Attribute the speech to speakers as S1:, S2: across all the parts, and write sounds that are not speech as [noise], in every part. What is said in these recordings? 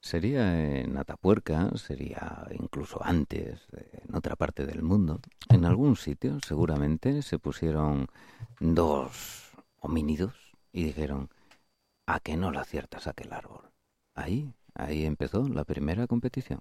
S1: Sería en Atapuerca, sería incluso antes, en otra parte del mundo. En algún sitio seguramente se pusieron dos homínidos y dijeron, a que no lo aciertas aquel árbol. Ahí, ahí empezó la primera competición.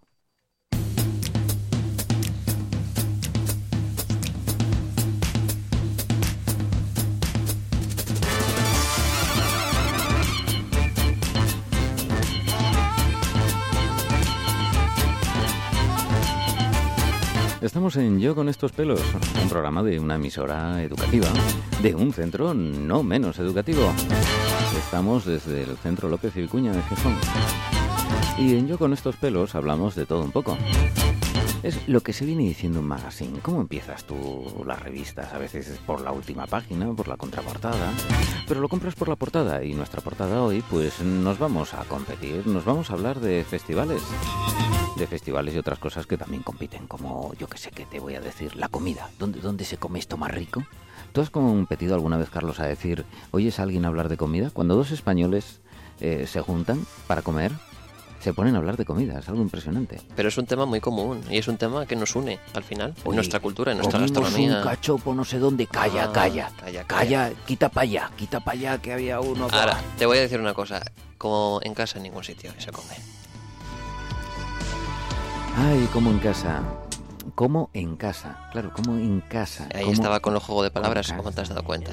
S1: Estamos en Yo con estos pelos, un programa de una emisora educativa, de un centro no menos educativo. Estamos desde el Centro López y Vicuña de Gijón. Y en Yo con estos pelos hablamos de todo un poco. Es lo que se viene diciendo un magazine. ¿Cómo empiezas tú las revistas? A veces es por la última página, por la contraportada, pero lo compras por la portada y nuestra portada hoy pues nos vamos a competir, nos vamos a hablar de festivales de festivales y otras cosas que también compiten, como yo que sé que te voy a decir, la comida. ¿Dónde, ¿Dónde se come esto más rico? ¿Tú has competido alguna vez, Carlos, a decir, oyes a alguien hablar de comida? Cuando dos españoles eh, se juntan para comer, se ponen a hablar de comida, es algo impresionante.
S2: Pero es un tema muy común y es un tema que nos une al final, en
S1: Oye,
S2: nuestra cultura, en nuestra
S1: comimos
S2: gastronomía.
S1: un cachopo no sé dónde, calla,
S2: Ah,
S1: calla, calla,
S2: calla, calla.
S1: quita para allá, quita para allá que había uno.
S2: Ahora, te voy a decir una cosa, como en casa en ningún sitio se come.
S1: Ay, como en casa, como en casa, claro, como en casa.
S2: Ahí
S1: como-
S2: estaba con los juegos de palabras,
S1: casa.
S2: como te has dado cuenta.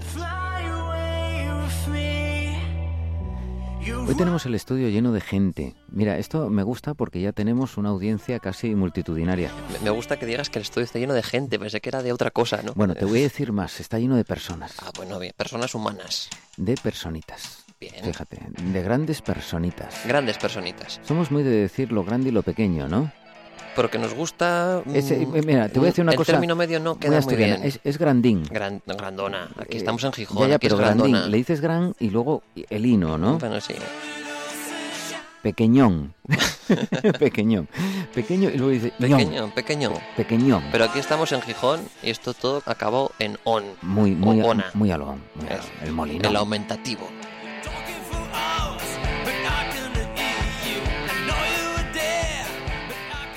S1: Hoy tenemos el estudio lleno de gente. Mira, esto me gusta porque ya tenemos una audiencia casi multitudinaria.
S2: Me- Me gusta que digas que el estudio está lleno de gente, pensé que era de otra cosa, ¿no?
S1: Bueno, te voy a decir más, está lleno de personas,
S2: Ah, bueno, bien, personas humanas,
S1: de personitas.
S2: Bien.
S1: Fíjate, de grandes personitas.
S2: grandes personitas,
S1: Somos muy de decir lo grande y lo pequeño, ¿no?
S2: porque nos gusta... mm,
S1: Ese- eh, mira, te voy a decir una
S2: el
S1: cosa.
S2: término medio no
S1: muy
S2: queda muy
S1: asturiana,
S2: bien.
S1: Es, es grandín.
S2: Gran- grandona, aquí
S1: Eh,
S2: estamos en Gijón,
S1: ya, ya,
S2: aquí
S1: pero
S2: es grandona.
S1: grandín. Le dices gran y luego el hino, ¿no?
S2: Bueno, sí.
S1: Pequeñón. [laughs] pequeñón. Pequeño y luego dice ñón.
S2: Pequeño, pequeño.
S1: Pequeñón.
S2: Pero aquí estamos en Gijón y esto todo acabó en on.
S1: Muy, muy,
S2: Ogona.
S1: muy alón. muy
S2: Es-
S1: alón. El molino.
S2: El aumentativo.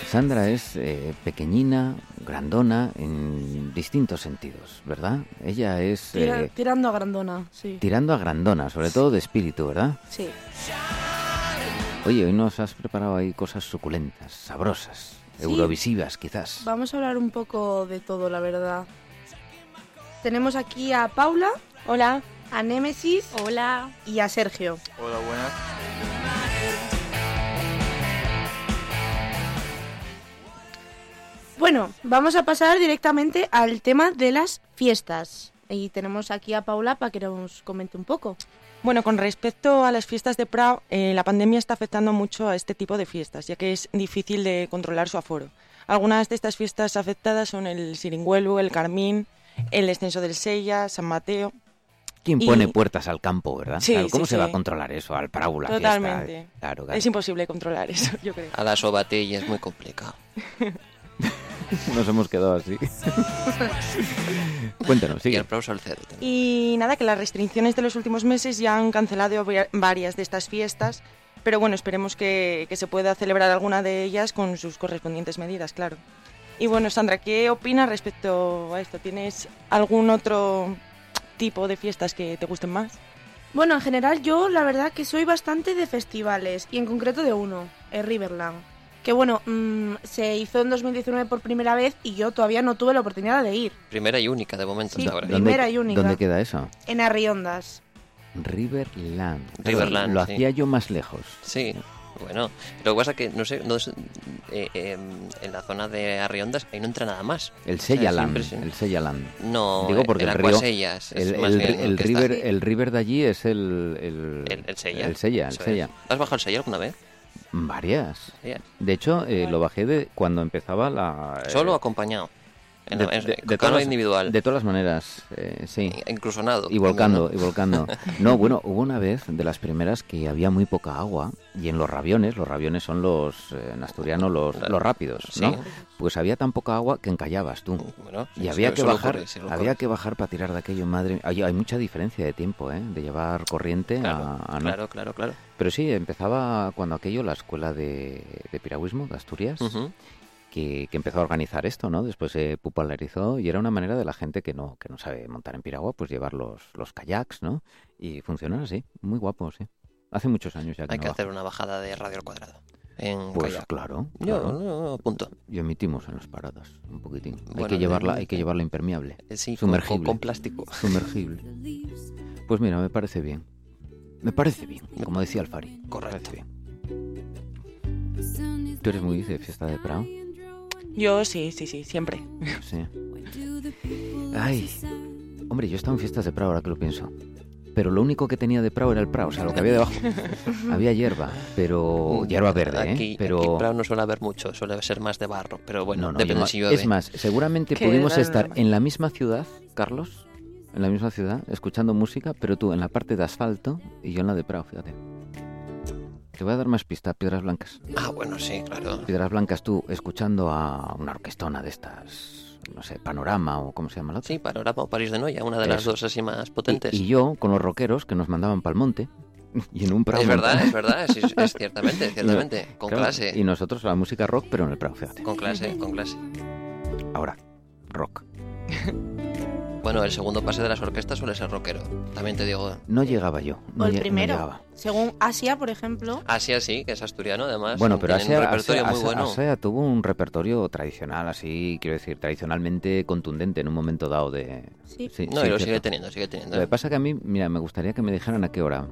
S1: Sandra es eh, pequeñina, grandona, en distintos sentidos, ¿verdad? Ella es
S3: Tira-
S1: eh,
S3: Tirando a grandona, sí.
S1: tirando a grandona, sobre todo de espíritu, ¿verdad?
S3: sí.
S1: Oye, hoy nos has preparado ahí cosas suculentas, sabrosas,
S3: Sí.
S1: eurovisivas quizás.
S3: Vamos a hablar un poco de todo, la verdad. Tenemos aquí a Paula,
S4: Hola.
S3: a Némesis
S4: Hola.
S3: y a Sergio.
S5: Hola, buenas.
S3: Bueno, vamos a pasar directamente al tema de las fiestas. Y tenemos aquí a Paula para que nos comente un poco.
S4: Bueno, con respecto a las fiestas de Prado, eh, la pandemia está afectando mucho a este tipo de fiestas, ya que es difícil de controlar su aforo. Algunas de estas fiestas afectadas son el Siringuelo, el Carmín, el Descenso del Sella, San Mateo.
S1: ¿Quién
S4: y-
S1: pone puertas al campo, verdad?
S4: Sí,
S1: Claro, ¿Cómo
S4: sí,
S1: se va a
S4: sí.
S1: controlar eso? Al parábola.
S4: Totalmente.
S1: Claro, claro.
S4: Es imposible controlar eso, yo creo.
S2: A la sobatella es muy complicado.
S1: Nos hemos quedado así.
S4: [laughs]
S1: Cuéntanos,
S2: Y
S1: sigue.
S2: el aplauso al cero también.
S4: Y nada, que las restricciones de los últimos meses ya han cancelado va- varias de estas fiestas, pero bueno, esperemos que, que se pueda celebrar alguna de ellas con sus correspondientes medidas, claro. Y bueno, Sandra, ¿qué opinas respecto a esto? ¿Tienes algún otro tipo de fiestas que te gusten más?
S3: Bueno, en general yo la verdad que soy bastante de festivales y en concreto de uno, el Riverland. Que bueno, mm, se hizo en 2019 por primera vez y yo todavía no tuve la oportunidad de ir.
S2: Primera y única de momento
S3: Sí,
S2: hasta ahora.
S3: ¿Dónde- primera y única.
S1: ¿Dónde queda eso?
S3: En Arriondas.
S1: Riverland.
S2: Riverland,
S1: Lo
S2: sí.
S1: hacía yo más lejos.
S2: Sí, bueno. Lo que pasa es que, no sé, no sé, eh, eh, en la zona de Arriondas ahí no entra nada más.
S1: El
S2: O
S1: Sellaland.
S2: sea, siempre
S1: El Sellaland.
S2: se- No,
S1: Digo porque el, río.
S2: Acuasellas es
S1: el,
S2: más
S1: el-
S2: bien
S1: el
S2: que
S1: river,
S2: está.
S1: el river de allí es el. El,
S2: El, el Sella.
S1: El Sella, el
S2: Eso es.
S1: Sella.
S2: ¿Has bajado el Sella alguna vez?
S1: Varias.
S2: Sella.
S1: De hecho, eh, lo bajé de cuando empezaba la. eh,
S2: Solo o acompañado. en la- en- con cada
S1: todas,
S2: individual.
S1: de todas las maneras, eh, sí.
S2: Inclusionado.
S1: Y volcando, y
S2: [laughs]
S1: volcando. No, bueno, hubo una vez de las primeras que había muy poca agua y en los rabiones, los rabiones son los, eh, en asturiano, los,
S2: Claro.
S1: los rápidos, ¿no?
S2: Sí. Mm,
S1: Pues había tan poca agua que encallabas tú.
S2: Bueno,
S1: Y
S2: sí,
S1: había
S2: eso-
S1: que
S2: eso lo
S1: bajar,
S2: ocurre, sí, lo
S1: había
S2: ocurre.
S1: que bajar para tirar de aquello, madre mía. Oye, hay mucha diferencia de tiempo, ¿eh? De llevar corriente a-
S2: Claro,
S1: a, Ah, no.
S2: claro, claro, claro.
S1: Pero sí, empezaba cuando aquello, la escuela de, de piragüismo de Asturias,
S2: Ujú.
S1: que, que empezó a organizar esto, ¿no? Después se popularizó y era una manera de la gente que no, que no sabe montar en piragua, pues llevar los, los kayaks, ¿no? Y funcionan así, muy guapos, ¿eh? Hace muchos años ya que
S2: Hay
S1: no
S2: que
S1: va.
S2: hacer una bajada de radio al cuadrado. En
S1: Pues
S2: kayak.
S1: claro,
S2: Yo,
S1: claro.
S2: no, punto.
S1: Y emitimos en las paradas, un poquitín. hay
S2: Bueno,
S1: que llevarla, hay que
S2: eh,
S1: llevarla impermeable,
S2: Eh, Sí, con- con,
S1: Sumergible.
S2: con plástico.
S1: sumergible. Pues mira, me parece bien. Me parece bien, como decía Alfari.
S2: Correcto.
S1: ¿Tú eres muy de fiesta de Prado?
S4: Yo sí, sí, sí, siempre.
S1: Sí. Ay, hombre, yo he estado en fiestas de Prado ahora que lo pienso. Pero lo único que tenía de Prado era el Prado, o sea, lo que había
S2: [laughs]
S1: debajo. había hierba, pero hierba verde, ¿eh?
S2: Aquí,
S1: pero
S2: aquí en Prado no suele haber mucho, suele ser más de barro. Pero bueno,
S1: No, no,
S2: depende
S1: hierba-
S2: si llueve.
S1: Es más, seguramente
S4: Que
S1: pudimos
S4: era
S1: estar
S4: normal.
S1: en la misma ciudad, Carlos, en la misma ciudad, escuchando música, pero tú en la parte de asfalto y yo en la de Prado, fíjate. Te voy a dar más pistas, Piedras Blancas.
S2: Ah, bueno, sí, claro.
S1: Piedras Blancas tú escuchando a una orquestona de estas, no sé, Panorama o cómo se llama la otra.
S2: Sí, Panorama o París de Noia, una de las
S1: Eso.
S2: dos así más
S1: Y-
S2: potentes.
S1: Y, yo con los roqueros que nos mandaban pa'l monte. [laughs] Y en un prado.
S2: es verdad,
S1: montado.
S2: es verdad, sí, es, es
S1: [laughs]
S2: ciertamente, ciertamente. Con
S1: Claro,
S2: clase,
S1: Y nosotros la música rock, pero en el prado, fíjate.
S2: con clase, con clase.
S1: Ahora, rock.
S2: Bueno, el segundo pase de las orquestas suele ser rockero. También te digo.
S1: No llegaba yo. No
S3: o el
S1: lle- no
S3: primero.
S1: llegaba.
S3: Según Asia, por ejemplo,
S2: Asia sí, que es asturiano además.
S1: Bueno, pero Asia,
S2: tienen un repertorio
S1: Asia-
S2: muy bueno.
S1: Asia tuvo un repertorio tradicional, así, quiero decir, tradicionalmente contundente en un momento dado de...
S3: sí.
S1: Sí, sí,
S2: no, y lo
S1: cierto.
S2: sigue teniendo, sigue teniendo. ¿eh?
S1: Lo que pasa que a mí, mira, me gustaría que me dijeran a qué hora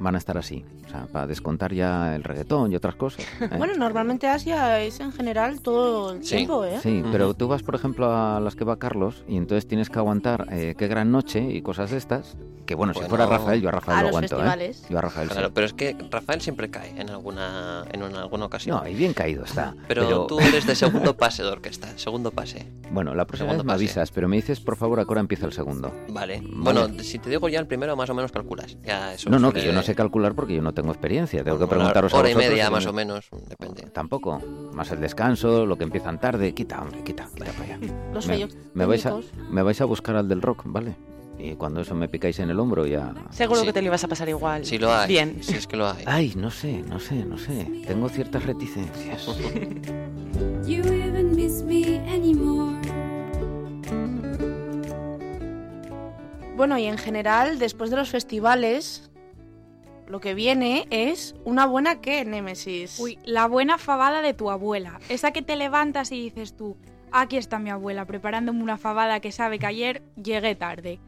S1: van a estar así. O sea, para descontar ya el reggaetón y otras
S3: [laughs]
S1: cosas. ¿eh?
S3: Bueno, normalmente Asia es en general todo el
S2: Sí.
S3: tiempo, ¿eh?
S1: Sí,
S2: Ujú.
S1: pero tú vas, por ejemplo, a las que va Carlos y entonces tienes que aguantar eh, qué gran noche y cosas de estas. Que bueno, si
S2: Bueno.
S1: fuera Rafael, yo a Rafael
S3: A
S1: lo
S3: los
S1: aguanto, ¿eh?
S3: festivales.
S1: Yo a Rafael sí.
S2: Claro, pero es que Rafael siempre cae en alguna, en una- alguna ocasión.
S1: No, y bien caído está.
S2: pero, tú eres de segundo pase de orquesta, segundo pase.
S1: Bueno, la próxima
S2: Segundo
S1: vez me
S2: pase.
S1: avisas, pero me dices, por favor, a qué hora empieza el segundo.
S2: Vale. Bueno, si te digo ya el primero, más o menos calculas. Ya eso
S1: No, no, que
S2: suele-
S1: yo no sé calcular porque yo no tengo experiencia. Tengo que
S2: Una
S1: preguntaros a
S2: Hora y
S1: vosotros
S2: media,
S1: que
S2: más
S1: no-
S2: o menos, depende.
S1: Tampoco. Más el descanso, lo que empiezan tarde. Quita, hombre, quita, quita para allá.
S3: [laughs] Los
S1: me,
S3: fallos
S1: me vais a,
S3: técnicos.
S1: me vais a buscar al del rock, ¿vale? Y cuando eso me picáis en el hombro ya...
S4: Seguro
S2: Sí.
S4: que te lo ibas a pasar igual.
S2: Si lo hay.
S4: Bien.
S2: Si es que lo hay.
S1: Ay, no sé, no sé, no sé. Tengo ciertas reticencias.
S3: [laughs]
S5: You even miss me anymore.
S3: Bueno, y en general, después de los festivales, lo que viene es una buena que, Némesis.
S6: Uy, la buena fabada de tu abuela. Esa que te levantas y dices tú, aquí está mi abuela preparándome una fabada que sabe que ayer llegué tarde.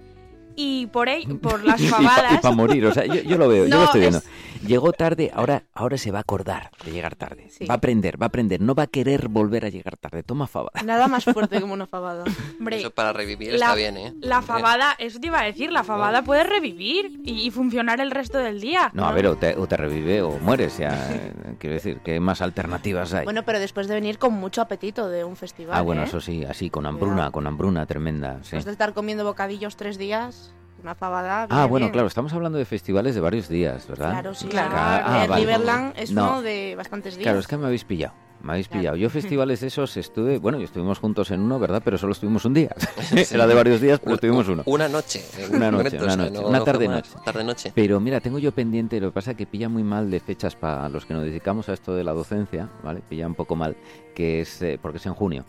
S6: Y por, el-
S1: [laughs]
S6: por las
S1: para
S6: fabadas...
S1: morir, o sea, yo, yo lo veo, yo lo
S6: No,
S1: estoy viendo.
S6: es-
S1: Llegó tarde, ahora, ahora se va a acordar de llegar tarde.
S3: Sí.
S1: Va a aprender, va a aprender, no va a querer volver a llegar tarde. Toma fava.
S3: Nada más fuerte que una fabada.
S6: Hombre,
S2: Eso para revivir
S6: la-
S2: está bien, ¿eh?
S6: La fabada, eso te iba a decir, la fabada puede revivir y, y funcionar el resto del día.
S1: No, a ver, o te, o te revive o mueres, ya. eh, Quiero decir, ¿qué más alternativas hay?
S3: Bueno, pero después de venir con mucho apetito de un festival.
S1: ah, bueno,
S3: ¿eh?
S1: eso sí, así, con hambruna,
S3: Cuidado. Pues
S1: con hambruna tremenda, sí.
S3: Después de estar comiendo bocadillos tres días, una fabada.
S1: Ah,
S3: viene
S1: bueno,
S3: bien.
S1: claro, estamos hablando de festivales de varios días, ¿verdad?
S3: Claro, sí,
S4: Claro.
S3: claro.
S1: Ah,
S3: Eh,
S1: vale.
S3: Riverland es
S1: No.
S3: uno de bastantes días.
S1: Claro, es que me habéis pillado. Me habéis pillado.
S3: [laughs]
S1: Yo festivales esos estuve, bueno, y estuvimos juntos en uno, ¿verdad? Pero solo estuvimos un día. [laughs] Era de varios días, pero estuvimos uno.
S2: Una noche. en
S1: Una noche,
S2: concreto,
S1: una
S2: o sea,
S1: noche, una
S2: fue
S1: tarde
S2: más,
S1: noche.
S2: Tarde-noche.
S1: Pero mira, tengo yo pendiente, lo que pasa que pilla muy mal de fechas para los que nos dedicamos a esto de la docencia, ¿vale? Pilla un poco mal, que es, eh, porque es en junio,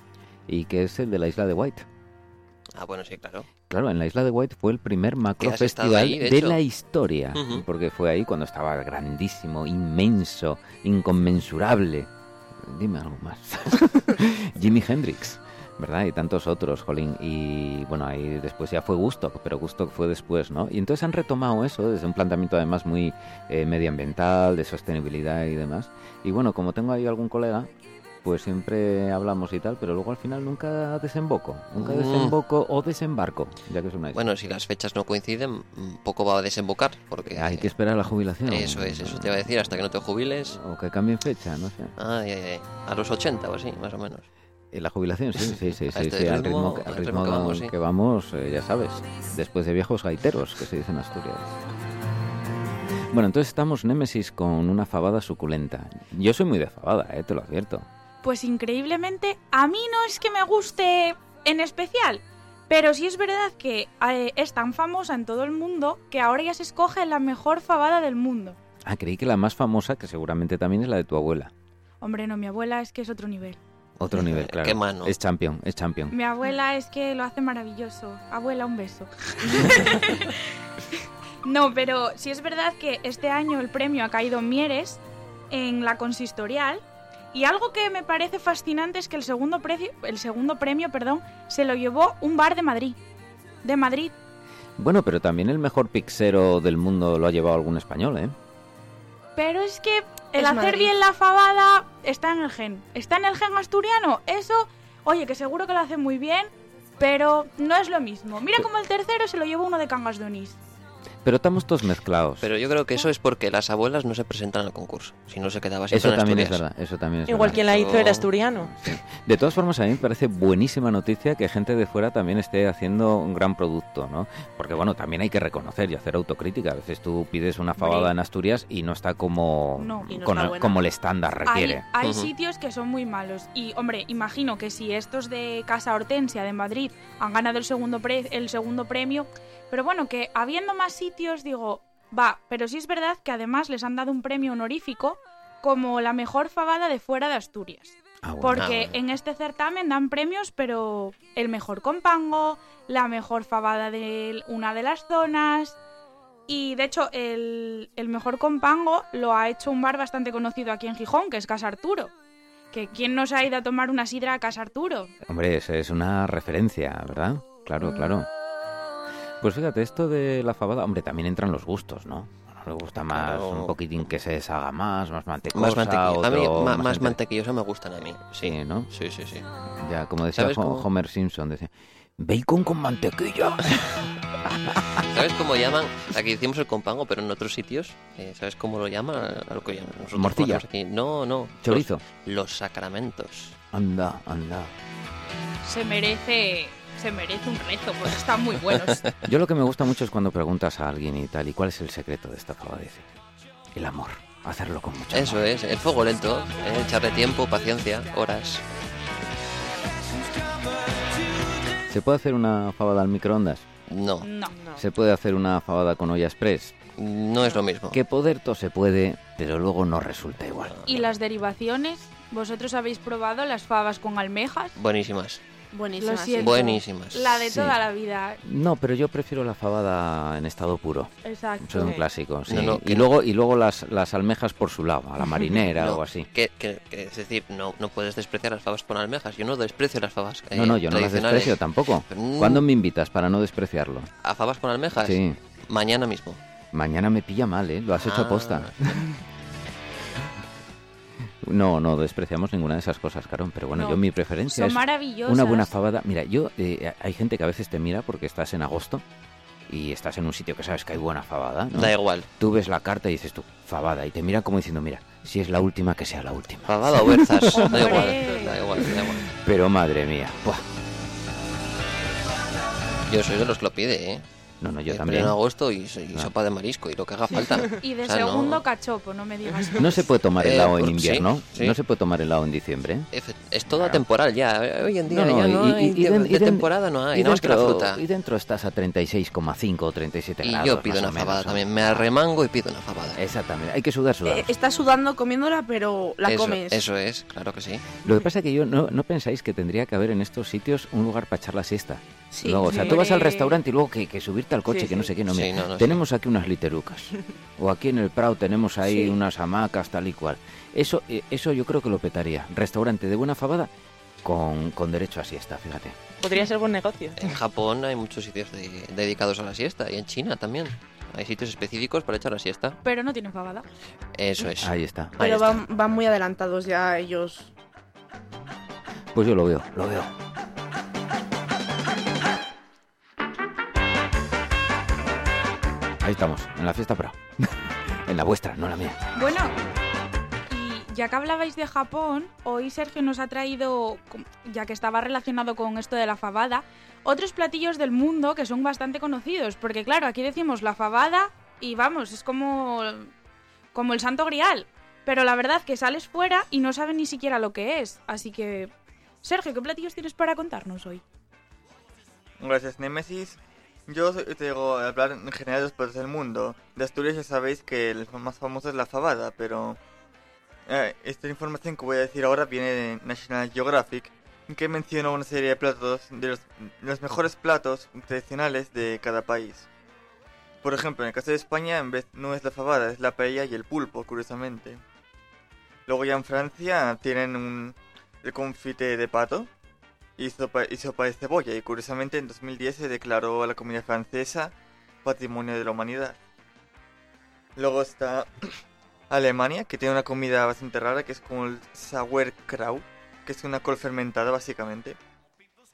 S1: y que es el de la isla de White.
S2: Ah, bueno, sí, claro.
S1: Claro, en la isla de White fue el primer macro
S2: has estado
S1: festival
S2: ahí, de
S1: de,
S2: hecho.
S1: la historia,
S2: Ujú.
S1: porque fue ahí cuando estaba grandísimo, inmenso, inconmensurable. Dime algo más. [laughs] Jimi Hendrix, ¿verdad? Y tantos otros, Jolín. Y bueno, ahí después ya fue Gusto, pero Gusto fue después, ¿no? Y entonces han retomado eso desde un planteamiento además muy eh, medioambiental, de sostenibilidad y demás. Y bueno, como tengo ahí algún colega, pues siempre hablamos y tal, pero luego al final nunca desemboco. Nunca
S2: Mm.
S1: desemboco o desembarco, ya que es una isla.
S2: Bueno, si las fechas no coinciden, mm, poco va a desembocar. Porque
S1: Hay que esperar a la jubilación.
S2: eh, Eso es, eso te iba a decir, hasta que no te jubiles.
S1: O que cambien fecha, no sé.
S2: Ay, ay, ay. A los 80 o así, más o menos.
S1: Eh, La jubilación, sí, sí, sí, sí,
S2: [laughs] A este
S1: sí, al ritmo,
S2: ritmo-
S1: que- al
S2: al
S1: ritmo
S2: ritmo que vamos, sí.
S1: que vamos, eh, ya sabes, después de viejos gaiteros, que se dice en Asturias. Bueno, entonces estamos Némesis con una fabada suculenta. Yo soy muy de fabada, eh, te lo advierto.
S6: Pues increíblemente, a mí no es que me guste en especial, pero sí es verdad que eh, es tan famosa en todo el mundo que ahora ya se escoge la mejor fabada del mundo.
S1: Ah, creí que la más famosa, que seguramente también es la de tu abuela.
S6: Hombre, no, mi abuela es que es otro nivel.
S1: Otro nivel, claro.
S2: Eh, Qué mano.
S1: Es champion, es champion.
S6: Mi abuela es que lo hace maravilloso. Abuela,
S3: [laughs]
S6: un beso. no, pero sí es verdad que este año el premio ha caído en Mieres, en la consistorial. Y algo que me parece fascinante es que el segundo, precio, el segundo premio perdón, se lo llevó un bar de Madrid. De Madrid.
S1: Bueno, pero también el mejor pixero del mundo lo ha llevado algún español, ¿eh?
S6: Pero es que el
S3: Es
S6: hacer
S3: Madrid.
S6: bien la fabada está en el gen. Está en el gen asturiano. Eso, oye, que seguro que lo hace muy bien, pero no es lo mismo. Mira como el tercero se lo llevó uno de Cangas de Onís.
S1: Pero estamos todos mezclados.
S2: Pero yo creo que eso es porque las abuelas no se presentan al concurso. Si no, se quedaba siempre
S1: eso
S2: en
S1: también es
S2: Asturias.
S1: verdad, eso también es
S4: Igual
S1: verdad.
S4: quien la hizo
S2: Esto-
S4: era asturiano.
S1: De todas formas, a mí me parece buenísima noticia que gente de fuera también esté haciendo un gran producto, ¿no? Porque, bueno, también hay que reconocer y hacer autocrítica. A veces tú pides una fabada
S6: Hombre.
S1: en Asturias y no está como,
S6: No,
S3: y no
S1: con-
S3: está buena.
S1: como el estándar requiere.
S6: Hay, hay
S2: Ujú.
S6: sitios que son muy malos. Y, hombre, imagino que si estos de Casa Hortensia de Madrid han ganado el segundo, pre- el segundo premio. Pero bueno, que habiendo más sitios, digo, va. Pero sí es verdad que además les han dado un premio honorífico como la mejor fabada de fuera de Asturias.
S1: Ah, bueno.
S6: Porque
S2: Ah, bueno.
S6: en este certamen dan premios, pero el mejor compango, la mejor fabada de una de las zonas. Y de hecho, el, el mejor compango lo ha hecho un bar bastante conocido aquí en Gijón, que es Casa Arturo. Que quién nos ha ido a tomar una sidra a Casa Arturo.
S1: Hombre, esa es una referencia, ¿verdad? Claro, claro. Pues fíjate, esto de la fabada, hombre, también entran los gustos, ¿no? Uno Le gusta más
S2: Claro.
S1: un poquitín que se deshaga más, más mantecosa,
S2: Más mantequilla. A mí,
S1: otro
S2: ma- más
S1: inter-
S2: mantequillosa me gustan a mí. Sí,
S1: Sí, ¿no?
S2: sí, sí. sí.
S1: Ya, como decía
S2: ¿Sabes
S1: Ho-
S2: cómo?
S1: Homer Simpson, decía, bacon con
S2: [laughs]
S1: mantequilla.
S2: ¿Sabes cómo llaman? Aquí decimos el compango, pero en otros sitios, eh, ¿sabes cómo lo llaman? A lo que llamamos nosotros
S1: Morcilla.
S2: ponemos aquí. No, no.
S1: Chorizo.
S2: Los, los sacramentos.
S1: Anda, anda.
S6: Se merece, se merece un reto, porque están muy
S1: [laughs]
S6: buenos.
S1: Yo lo que me gusta mucho es cuando preguntas a alguien y tal, ¿y cuál es el secreto de esta fabada? Dice, el amor, hacerlo con mucho amor.
S2: Eso es, el fuego lento, eh, echarle tiempo, paciencia, horas.
S1: ¿Se puede hacer una fabada al microondas?
S2: No,
S6: No.
S1: ¿Se puede hacer una fabada con olla express?
S2: no es lo mismo.
S1: Que poder todo se puede, pero luego no resulta igual.
S6: ¿Y las derivaciones? ¿Vosotros habéis probado las fabas con almejas?
S2: Buenísimas,
S3: Buenísima.
S6: Lo
S3: sí.
S6: siento.
S2: buenísimas.
S6: La de
S1: Sí.
S6: toda la vida.
S1: No, pero yo prefiero la fabada en estado puro. Eso
S6: Exacto.
S1: es un
S4: Ok.
S1: clásico, sí.
S2: No, no,
S1: y
S2: que-
S1: luego, y luego las, las almejas por su lado, a la
S2: [laughs]
S1: marinera
S2: No,
S1: o así.
S2: Que, que- que- es decir, no, no puedes despreciar las fabas con almejas. Yo no desprecio las fabas. eh,
S1: No, no, yo no las
S2: tradicionales.
S1: desprecio tampoco.
S2: Pero, mm,
S1: ¿Cuándo me invitas para no despreciarlo?
S2: ¿A fabas con almejas?
S1: Sí.
S2: Mañana mismo.
S1: Mañana me pilla mal, ¿eh? Lo has hecho
S2: Ah.
S1: aposta. [laughs] No, no despreciamos ninguna de esas cosas, Carón. Pero bueno,
S6: No.
S1: yo mi preferencia
S6: Son
S1: es
S6: maravillosas.
S1: una buena fabada. Mira, yo eh, hay gente que a veces te mira porque estás en agosto y estás en un sitio que sabes que hay buena fabada. ¿no?
S2: Da igual.
S1: Tú ves la carta y dices tú, fabada, y te miran como diciendo, mira, si es la última, que sea la última.
S2: Fabada o
S6: [laughs]
S2: berzas. da
S6: Hombre.
S2: igual, da igual, da igual.
S1: Pero madre mía, buah.
S2: Yo soy de los que lo pide, ¿eh?
S1: No, no, yo
S2: En
S1: también.
S2: pleno agosto y, y
S1: Ah.
S2: sopa de marisco y lo que haga falta.
S6: [laughs] Y de
S2: O sea, no-
S6: segundo cachopo, no me
S2: [laughs]
S6: digas.
S1: No se puede tomar
S2: Eh,
S1: helado en
S2: por- sí,
S1: invierno,
S2: sí.
S1: no se puede tomar helado en diciembre.
S2: Efe- Es todo
S1: Claro.
S2: atemporal ya. eh, Hoy en día ya no hay. de,
S1: den-
S2: de
S1: den-
S2: temporada no hay.
S1: y
S2: Nada más que la
S1: dentro-
S2: fruta.
S1: Y dentro estás a 36,5 o 37
S2: Y
S1: grados.
S2: yo pido
S1: más o
S2: una
S1: menos,
S2: fabada
S1: ¿no?
S2: también. Me arremango y pido una fabada.
S1: Exactamente, hay que sudar, sudar.
S3: Eh, estás sudando comiéndola, pero la
S2: eso,
S3: comes.
S2: eso es, claro que sí.
S1: Lo que pasa es que yo no, no pensáis que tendría que haber en estos sitios un lugar para echar la siesta.
S3: Sí.
S1: luego, o sea, tú
S6: Hombre.
S1: vas al restaurante y luego que, que subirte al coche,
S4: Sí,
S1: que no
S4: sí.
S1: sé qué, no,
S2: Sí,
S1: mira,
S2: no, no,
S1: tenemos aquí unas literucas. o aquí en el Prado tenemos ahí
S3: Sí.
S1: unas hamacas, tal y cual. Eso, eh, eso yo creo que lo petaría. Restaurante de buena fabada con, con derecho a siesta, fíjate.
S4: Podría ser
S2: [laughs]
S4: buen negocio.
S2: En Japón hay muchos sitios de- dedicados a la siesta y en China también. Hay sitios específicos para echar la siesta.
S6: Pero no tienen fabada.
S2: Eso es.
S1: Ahí está.
S2: Ahí
S3: Pero
S2: está.
S3: van, van muy adelantados ya ellos.
S1: Pues yo lo veo, lo veo. [laughs] Ahí estamos, en la fiesta pro. en la vuestra, no la mía.
S6: Bueno, ya que hablabais de Japón, hoy Sergio nos ha traído, com- ya que estaba relacionado con esto de la fabada, otros platillos del mundo que son bastante conocidos. Porque claro, aquí decimos la fabada y vamos, es como, como el santo grial. Pero la verdad que sales fuera y no sabes ni siquiera lo que es. Así que, Sergio, ¿qué platillos tienes para contarnos hoy?
S7: Gracias, Nemesis. Yo soy- te digo a hablar en general de los platos del mundo. De Asturias ya sabéis que el más famoso es la fabada, pero... eh, esta información que voy a decir ahora viene de National Geographic, que menciona una serie de platos, de los, los mejores platos tradicionales de cada país. Por ejemplo, en el caso de España en vez no es la fabada, es la paella y el pulpo, curiosamente. Luego ya en Francia tienen un, el confite de pato, y sopa, y sopa de cebolla. Y curiosamente en 2010 se declaró a la comida francesa Patrimonio de la Humanidad. Luego está [clears throat] Alemania, que tiene una comida bastante rara, que es como el sauerkraut, que es una col fermentada básicamente.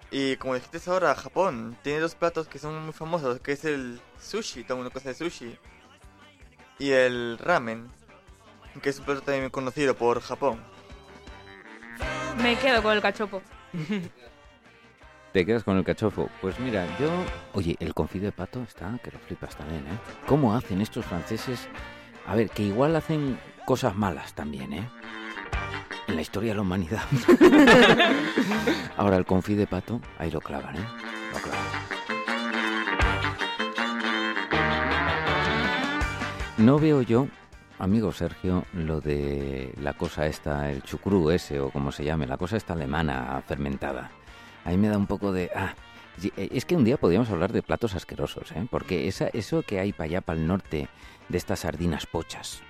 S7: Y como dijiste ahora, Japón tiene dos platos que son muy famosos, que es el sushi, toda una cosa de sushi, y el ramen, que es un plato también conocido por Japón.
S6: Me quedo con el cachopo.
S1: Te quedas con el cachofo. Pues mira, yo. Oye, el confit de pato está que lo flipas también, ¿eh? ¿Cómo hacen estos franceses? A ver, que igual hacen cosas malas también, ¿eh? En la historia de la humanidad. Ahora, el confit de pato, ahí lo clavan, ¿eh? Lo clavan. No veo yo, amigo Sergio, lo de la cosa esta, el chucrú ese o como se llame, la cosa esta alemana fermentada. A mí me da un poco de... Ah, y- eh, es que un día podríamos hablar de platos asquerosos, ¿eh? Porque esa, eso que hay para allá, para el norte, de estas sardinas pochas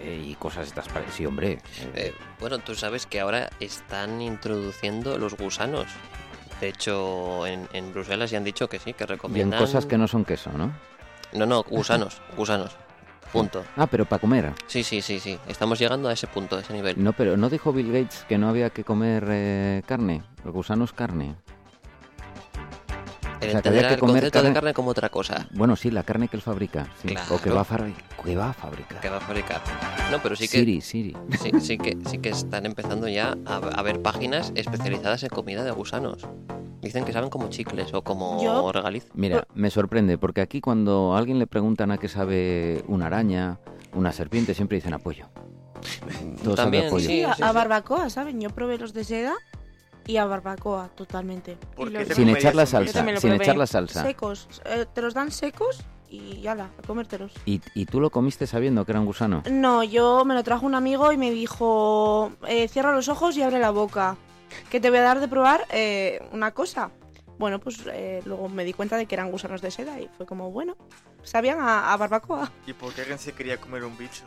S1: eh, y cosas estas... pare- Sí, hombre. eh,
S2: Eh, bueno, tú sabes que ahora están introduciendo los gusanos. De hecho, en, en Bruselas ya han dicho que sí,
S1: y
S2: que
S1: en
S2: recomiendan...
S1: cosas que no son queso, ¿no?
S2: No, no, gusanos, gusanos. Punto.
S1: Ah, pero para comer.
S2: Sí, sí, sí, sí. Estamos llegando a ese punto, a ese nivel.
S1: No, pero ¿no dijo Bill Gates que no había que comer eh, carne? El gusano es carne.
S2: el
S1: o sea, que había
S2: entender
S1: que
S2: el
S1: comer
S2: concepto
S1: carne-
S2: de carne como otra cosa
S1: Bueno, sí, la carne que él fabrica. sí.
S2: Ah. Claro.
S1: O que va a, fabri- que va a fabricar.
S2: que va a fabricar. No, pero sí que...
S1: Siri, Siri.
S2: Sí, sí que, sí que están empezando ya a, a ver páginas especializadas en comida de gusanos. Dicen que saben como chicles o como
S3: Yo-
S2: regaliz.
S1: Mira, me sorprende, porque aquí cuando a alguien le preguntan a qué sabe una araña, una serpiente, siempre dicen apoyo. Todo
S2: También,
S1: sabe a pollo.
S2: Sí,
S3: Sí, a,
S2: sí,
S3: a
S2: sí.
S3: barbacoa, ¿saben? Yo probé los de seda y a barbacoa, totalmente.
S7: ¿Por
S6: Y
S7: qué
S6: los-
S7: te
S1: Sin
S7: comerías
S1: echar la
S7: un
S4: Yo
S1: salsa,
S4: también lo
S1: sin
S4: probé.
S1: echar la salsa.
S3: Secos. eh, te los dan secos y ya la, a comértelos.
S1: Y, y tú lo comiste sabiendo que era un gusano.
S3: No, yo me lo trajo un amigo y me dijo, eh, cierra los ojos y abre la boca, que te voy a dar de probar eh, una cosa. Bueno, pues eh, luego me di cuenta de que eran gusanos de seda y fue como, bueno, sabían a, a barbacoa.
S7: ¿Y por qué alguien se quería comer un bicho?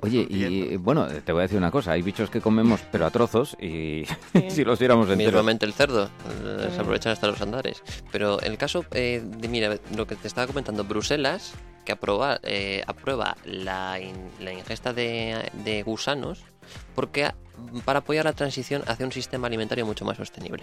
S1: Oye, y
S7: Entiendo.
S1: bueno, te voy a decir una cosa, hay bichos que comemos pero a trozos y [laughs] si los diéramos enteros.
S2: Mismamente el cerdo. eh, Se aprovechan hasta los andares. Pero el caso, eh, de, mira, lo que te estaba comentando, Bruselas, que aproba, eh, aprueba la, in- la ingesta de, de gusanos porque a- para apoyar la transición hacia un sistema alimentario mucho más sostenible.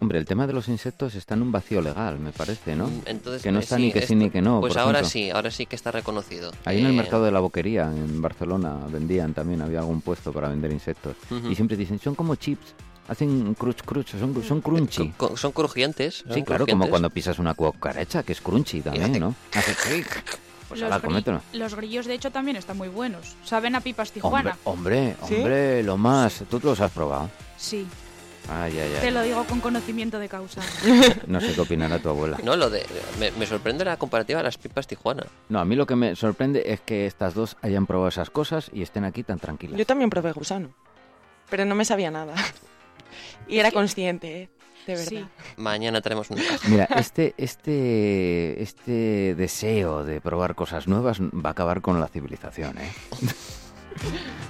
S1: Hombre, el tema de los insectos está en un vacío legal, me parece, ¿no?
S2: Mm, Entonces,
S1: Que no
S2: eh,
S1: está ni que sí ni que no,
S2: Pues
S1: por
S2: ahora
S1: ejemplo.
S2: sí, ahora sí que está reconocido.
S1: Ahí en el
S2: Eh,
S1: mercado de la boquería, en Barcelona, vendían también, había algún puesto para vender insectos.
S2: Ujú.
S1: Y siempre dicen, son como chips, hacen crunch crunch, son, son crunchy.
S2: co- co- son crujientes. son
S1: Sí, claro, como
S2: crujientes.
S1: cuando pisas una cucaracha, que es crunchy también,
S2: hace-
S1: ¿no? Hace clic. Pues
S6: los,
S1: ahora
S6: gri-
S1: comételo.
S6: los grillos, de hecho, también están muy buenos. Saben a pipas
S1: Hombre,
S6: Tijuana.
S1: hombre,
S4: ¿Sí?
S1: hombre, lo más. Tú los has probado.
S6: Sí,
S1: Ay, ay,
S6: te
S1: ay.
S6: lo digo con conocimiento de causa.
S1: No sé qué opinará tu abuela.
S2: No, lo de. Me, me sorprende la comparativa de las pipas Tijuana.
S1: No, a mí lo que me sorprende es que estas dos hayan probado esas cosas y estén aquí tan tranquilas.
S4: Yo también probé gusano, pero no me sabía nada. [laughs] Y era consciente, ¿eh? de verdad.
S6: Sí.
S2: Mañana traemos una caja.
S3: [laughs]
S1: Mira, este, este, este deseo de probar cosas nuevas va a acabar con la civilización, ¿eh? [laughs]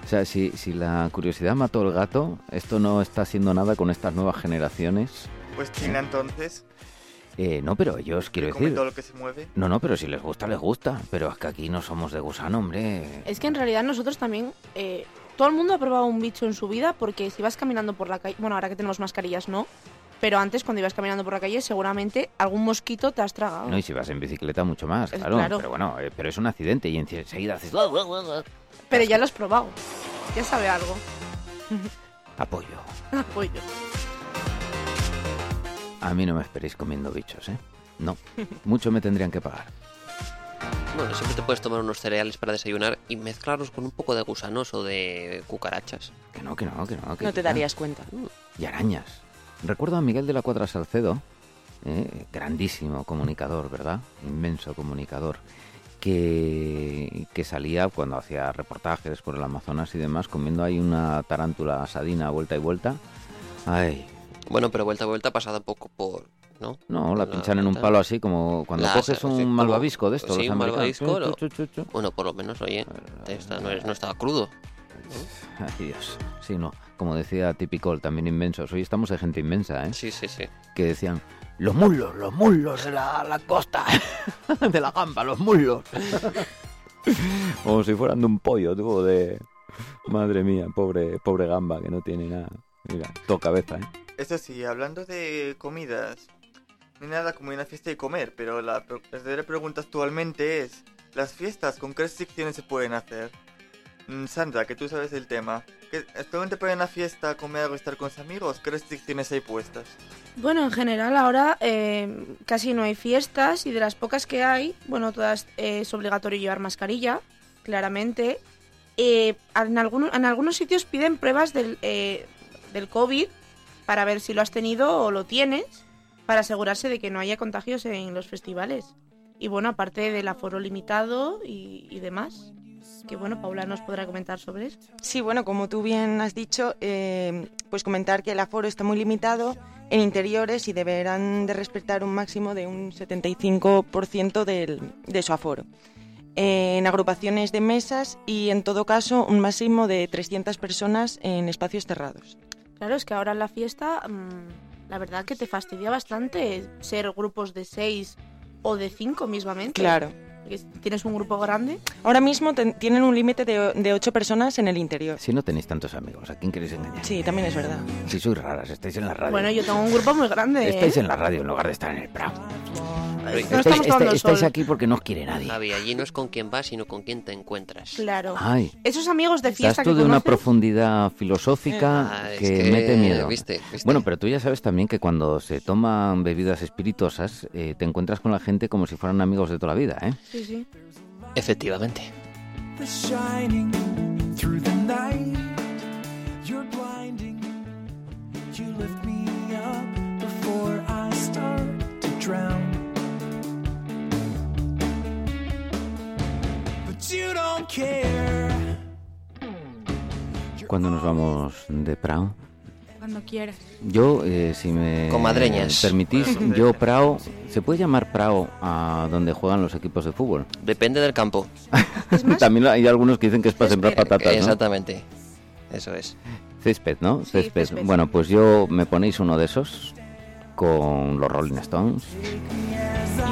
S1: O sea, si, si la curiosidad mató al gato, esto no está haciendo nada con estas nuevas generaciones.
S7: Pues China entonces,
S1: Eh, no, pero ellos,
S7: que
S1: quiero
S7: come
S1: decir,
S7: todo lo que se mueve.
S1: No, no, pero si les gusta, les gusta. Pero es que aquí no somos de gusano, hombre.
S3: Es que en realidad nosotros también, eh, todo el mundo ha probado un bicho en su vida porque si vas caminando por la calle, bueno, ahora que tenemos mascarillas no, pero antes cuando ibas caminando por la calle seguramente algún mosquito te has tragado.
S1: No, y si vas en bicicleta, mucho más,
S3: Es
S1: claro.
S3: claro.
S1: Pero bueno, eh, pero es un accidente y enseguida haces...
S3: Pero ya lo has probado. Ya sabe algo. [laughs]
S1: Apoyo.
S3: Apoyo.
S1: A mí no me esperéis comiendo bichos, ¿eh?
S3: [laughs]
S1: No. Mucho me tendrían que pagar.
S2: Bueno, siempre te puedes tomar unos cereales para desayunar y mezclarlos con un poco de gusanos o de cucarachas.
S1: Que no, que no, que no. Que
S4: No te
S1: ya.
S4: darías cuenta.
S1: y arañas. Recuerdo a Miguel de la Cuadra Salcedo, eh, grandísimo comunicador, ¿verdad? Inmenso comunicador, que, que salía cuando hacía reportajes por el Amazonas y demás, comiendo ahí una tarántula asadina vuelta y vuelta. Ay,
S2: Bueno, pero vuelta a vuelta pasada un poco por. ¿No?
S1: no, la pinchan en un palo así, como cuando
S2: La-
S1: coges
S2: sí,
S1: un
S2: como-
S1: malvavisco de estos,
S2: sí,
S1: los
S2: un
S1: americanos.
S2: malvavisco, lo-
S1: Chu, chu, chu, chu.
S2: Bueno, por lo menos, oye, te está- no, es- no estaba crudo.
S1: Ay, Dios. Sí, no, como decía Tipicol, también inmensos. Hoy estamos de gente inmensa, ¿eh?
S2: Sí, sí, sí.
S1: que decían los muslos, los muslos de la, la costa, [laughs] de la gamba, los muslos. Como si fueran de un pollo, tú, de... Madre mía, pobre, pobre gamba que no tiene nada. Mira, todo cabeza, ¿eh?
S7: Eso sí, hablando de comidas, ni nada como una fiesta y comer, pero la pro- verdadera pregunta actualmente es, ¿las fiestas con qué restricciones se pueden hacer? Mm, Sandra, que tú sabes el tema, ¿qué- ¿actualmente pueden una fiesta a comer o estar con sus amigos? ¿Qué restricciones hay puestas?
S3: Bueno, en general ahora eh, casi no hay fiestas y de las pocas que hay, bueno, todas eh, es obligatorio llevar mascarilla, claramente. Eh, en, alguno- en algunos sitios piden pruebas del, eh, del COVID para ver si lo has tenido o lo tienes, para asegurarse de que no haya contagios en los festivales. Y bueno, aparte del aforo limitado y, y demás, que bueno, Paula nos podrá comentar sobre eso.
S4: Sí, bueno, como tú bien has dicho, eh, pues comentar que el aforo está muy limitado en interiores y deberán de respetar un máximo de un 75% del- de su aforo. Eh, en agrupaciones de mesas y en todo caso un máximo de 300 personas en espacios cerrados.
S3: Claro, es que ahora en la fiesta, mm, la verdad que te fastidia bastante ser grupos de seis o de cinco mismamente.
S4: Claro.
S3: Porque si Tienes un grupo grande.
S4: Ahora mismo ten- tienen un límite de, o- de 8 personas en el interior.
S1: Si no tenéis tantos amigos, ¿a quién queréis engañar?
S4: Sí, también es verdad.
S1: Si sois raras, estáis en la radio.
S3: Bueno, yo tengo un grupo muy grande. ¿eh?
S1: Estáis en la radio en lugar de estar en el Prado.
S2: Pero,
S3: No
S1: estáis,
S3: estamos tomando
S1: estáis- estáis
S3: sol.
S1: aquí porque no os quiere nadie.
S2: Javi, allí no es con quién vas, sino con quién te encuentras.
S3: Claro.
S1: Ay,
S3: Esos amigos de
S1: estás
S3: fiesta que
S1: tú de una
S3: conoces,
S1: profundidad filosófica
S2: Ah, es
S1: que mete miedo.
S2: ¿viste? ¿viste?
S1: Bueno, pero tú ya sabes también que cuando se toman bebidas espirituosas, eh, te encuentras con la gente como si fueran amigos de toda la vida, ¿eh?
S3: Sí, sí.
S2: Efectivamente.
S8: The shining through the night. You're blinding. You lift me up before I start to drown. But you don't care.
S1: Cuando nos vamos de Prao.
S6: Cuando quieras.
S1: Yo, eh, si me
S2: Comadreñas.
S1: permitís, yo Prao, ¿se puede llamar Prao a donde juegan los equipos de fútbol?
S2: Depende del campo.
S1: [laughs] También hay algunos que dicen que es para sembrar
S3: Espera,
S1: patatas, ¿no?
S2: Exactamente. Eso es.
S1: Césped, ¿no?
S3: Sí,
S1: Césped.
S3: césped.
S1: Bueno, pues yo me ponéis uno de esos con los Rolling Stones.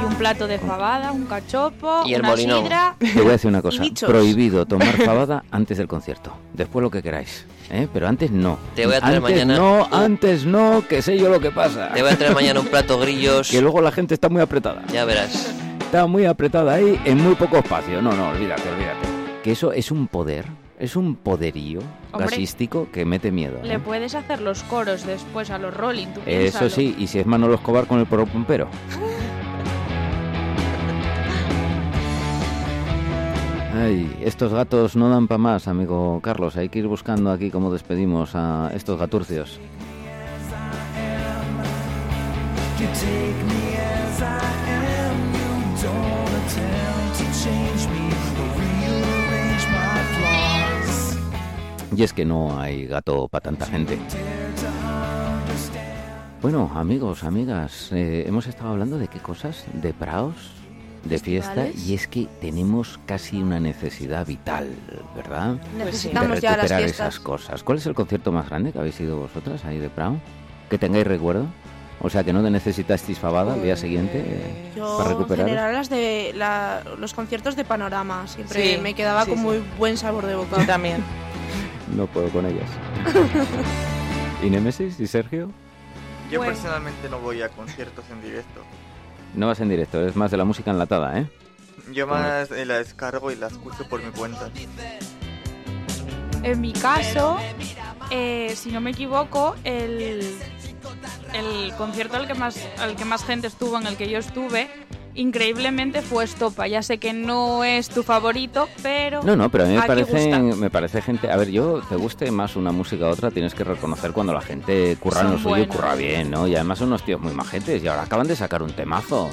S6: Y un plato de fabada, un cachopo,
S2: Y el
S6: una
S2: molinón.
S6: sidra.
S1: Te voy a decir una cosa,
S3: bichos.
S1: prohibido tomar fabada antes del concierto, después lo que queráis, ¿eh? pero antes no.
S2: Te voy a traer
S1: antes
S2: mañana-
S1: No, antes no, que sé yo lo que pasa.
S2: Te voy a traer mañana un plato grillos.
S1: [laughs] Que luego la gente está muy apretada,
S2: Ya verás.
S1: está muy apretada ahí en muy poco espacio. No, no, olvídate, olvídate. Que eso es un poder, es un poderío
S6: Hombre.
S1: gasístico que mete miedo. ¿eh?
S6: Le puedes hacer los coros después a los Rolling, tú
S1: Eso
S6: piénsalo.
S1: sí, y si es Manolo Escobar con el pompero. Ay, estos gatos no dan para más, amigo Carlos. Hay que ir buscando aquí cómo despedimos a estos gaturcios.
S8: You take me as I am. You don't attempt to change me or rearrange my flaws.
S1: Y es que no hay gato para tanta gente. Bueno, amigos, amigas, eh, hemos estado hablando de qué cosas, de praos, de fiesta,
S3: Festivales.
S1: y es que tenemos casi una necesidad vital, ¿verdad? de
S3: Necesitamos ya
S1: recuperar
S3: las
S1: esas
S3: fiestas.
S1: cosas. ¿Cuál es el concierto más grande que habéis ido vosotras ahí de Prado? Que tengáis recuerdo. O sea, que no te necesitasteis fabada al día siguiente. eh,
S3: Yo,
S1: para recuperaros.
S3: en general, las de la- los conciertos de Panorama siempre
S4: Sí,
S3: me quedaba
S4: sí,
S3: con
S4: sí.
S3: muy buen sabor de boca.
S4: Yo también.
S1: No puedo con ellas. ¿Y Nemesis? ¿Y Sergio?
S7: Yo
S6: Bueno.
S7: personalmente no voy a conciertos en directo.
S1: No vas en directo, es más de la música enlatada, ¿eh?
S7: Yo más eh, la descargo y la escucho por mi cuenta.
S6: En mi caso, eh, si no me equivoco, el, el concierto al que, más, al que más gente estuvo, en el que yo estuve, increíblemente fue Estopa. Ya sé que no es tu favorito, pero...
S1: No, no, pero a mí me
S6: aquí
S1: parece,
S6: gusta.
S1: me parece gente. A ver, yo te guste más una música u otra, tienes que reconocer cuando la gente curra en lo
S6: Son
S1: suyo y
S6: buenos.
S1: curra bien, ¿no? Y además son unos tíos muy majetes y ahora acaban de sacar un temazo.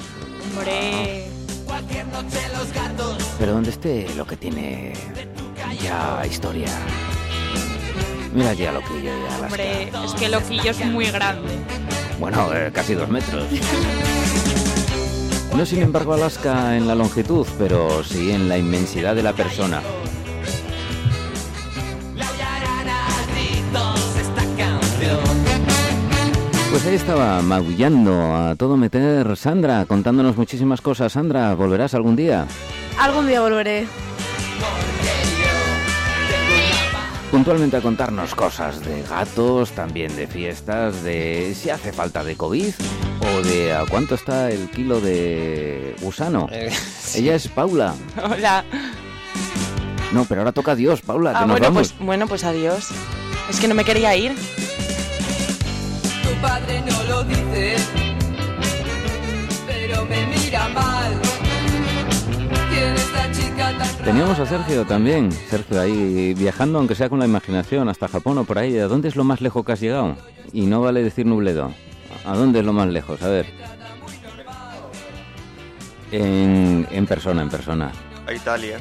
S6: Hombre,
S1: Pero donde esté lo que tiene ya historia. Mira ya lo que yo ya. las
S6: hombre, es que Loquillo es muy grande.
S1: que- Bueno, eh, casi dos metros. No sin embargo Alaska en la longitud, pero sí en la inmensidad de la persona. Pues ahí estaba maullando a todo meter Sandra, contándonos muchísimas cosas. Sandra, ¿volverás algún día?
S3: [laughs] Algún día volveré.
S1: puntualmente a contarnos cosas de gatos, también de fiestas, de si hace falta de COVID o de a cuánto está el kilo de gusano.
S2: Eh,
S1: Ella es Paula.
S4: [laughs] Hola.
S1: No, pero ahora toca Dios, Paula, que
S4: Ah,
S1: Ah, nos
S4: bueno,
S1: vamos.
S4: pues, bueno, pues adiós. Es que no me quería ir.
S9: Tu padre no lo dice, pero me mira mal. ¿Quién es la chica tan rara?
S1: Teníamos a Sergio también. Sergio ahí viajando, aunque sea con la imaginación, hasta Japón o por ahí. ¿A dónde es lo más lejos que has llegado? Y no vale decir Nubledo. ¿A dónde es lo más lejos? A ver. En, en persona, en persona.
S7: A Italia.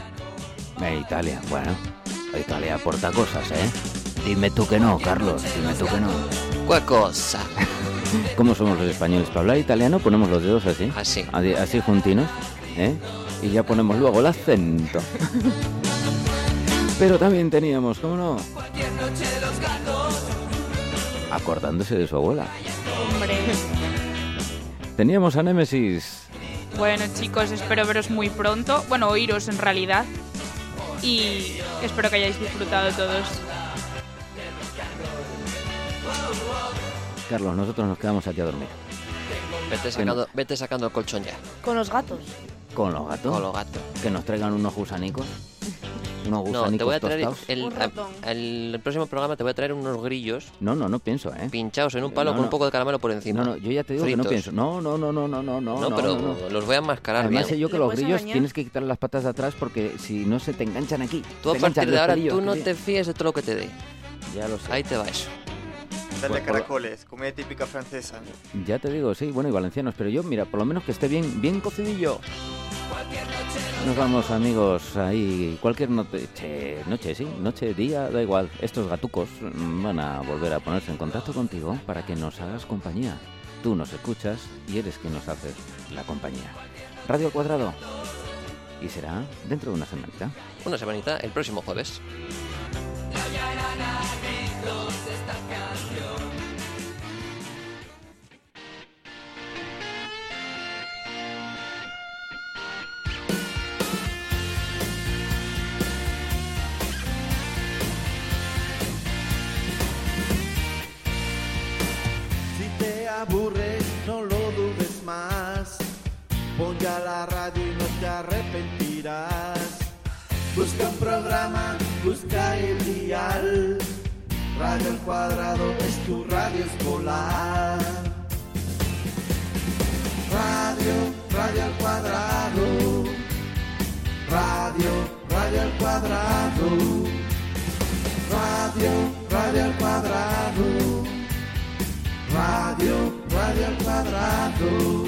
S1: Eh, Italia, bueno. Italia aporta cosas, ¿eh? Dime tú que no, Carlos, dime tú que no.
S2: ¿Cuál cosa?
S1: ¿Cómo somos los españoles? Para hablar italiano ponemos los dedos así,
S2: Así.
S1: así, así juntinos, ¿eh? Y ya ponemos luego el acento. Pero también teníamos, ¿cómo no? Acordándose de su abuela.
S6: Hombre.
S1: Teníamos a Némesis.
S6: Bueno, chicos, espero veros muy pronto. Bueno, oíros en realidad. Y espero que hayáis disfrutado todos.
S1: Carlos, nosotros nos quedamos aquí a dormir.
S2: Vete sacando, vete sacando el colchón ya.
S3: Con los gatos.
S1: Con los gatos,
S2: Con los gatos.
S1: que nos traigan unos gusanicos. Unos
S2: No,
S1: gusanicos
S2: te voy a traer.
S1: tostados.
S2: El,
S3: Un ratón.
S2: al- al próximo programa te voy a traer unos grillos
S1: No, no, no pienso, ¿eh?
S2: pinchados en un palo
S1: No,
S2: con
S1: no.
S2: un poco de caramelo por encima.
S1: No, no, yo ya te digo que no
S2: Fritos.
S1: pienso. No, no, no, no, no, no, no.
S2: No, pero
S1: no.
S2: los voy a enmascarar
S1: Además, sé
S2: bien.
S1: yo que
S3: ¿Le
S1: los
S3: puedes
S1: grillos
S3: engañar?
S1: tienes que quitar las patas de atrás porque si no se te enganchan aquí.
S2: Tú a
S1: Te enganchan
S2: partir de
S1: los
S2: ahora
S1: pelillos
S2: tú no
S1: también.
S2: te fíes de todo lo que te dé.
S1: Ya lo sé.
S2: Ahí te va eso.
S7: Dale
S1: Bueno,
S7: caracoles, comida típica francesa.
S1: Ya te digo, sí, bueno, y valencianos, pero yo, mira, por lo menos que esté bien, bien cocidillo. Nos vamos, amigos, ahí cualquier noche, che, noche, sí, noche, día, da igual. Estos gatucos mm, van a volver a ponerse en contacto contigo para que nos hagas compañía. Tú nos escuchas y eres quien nos hace la compañía. Radio al Cuadrado. Y será dentro de una semanita.
S2: Una semanita, el próximo jueves.
S8: Si te aburres, no lo dudes más. Pon ya la radio y no te arrepentirás. Busca un programa, busca el dial. Radio al cuadrado es tu radio escolar. Radio, radio al cuadrado. Radio, radio al cuadrado. Radio, radio al cuadrado. Radio, radio al cuadrado.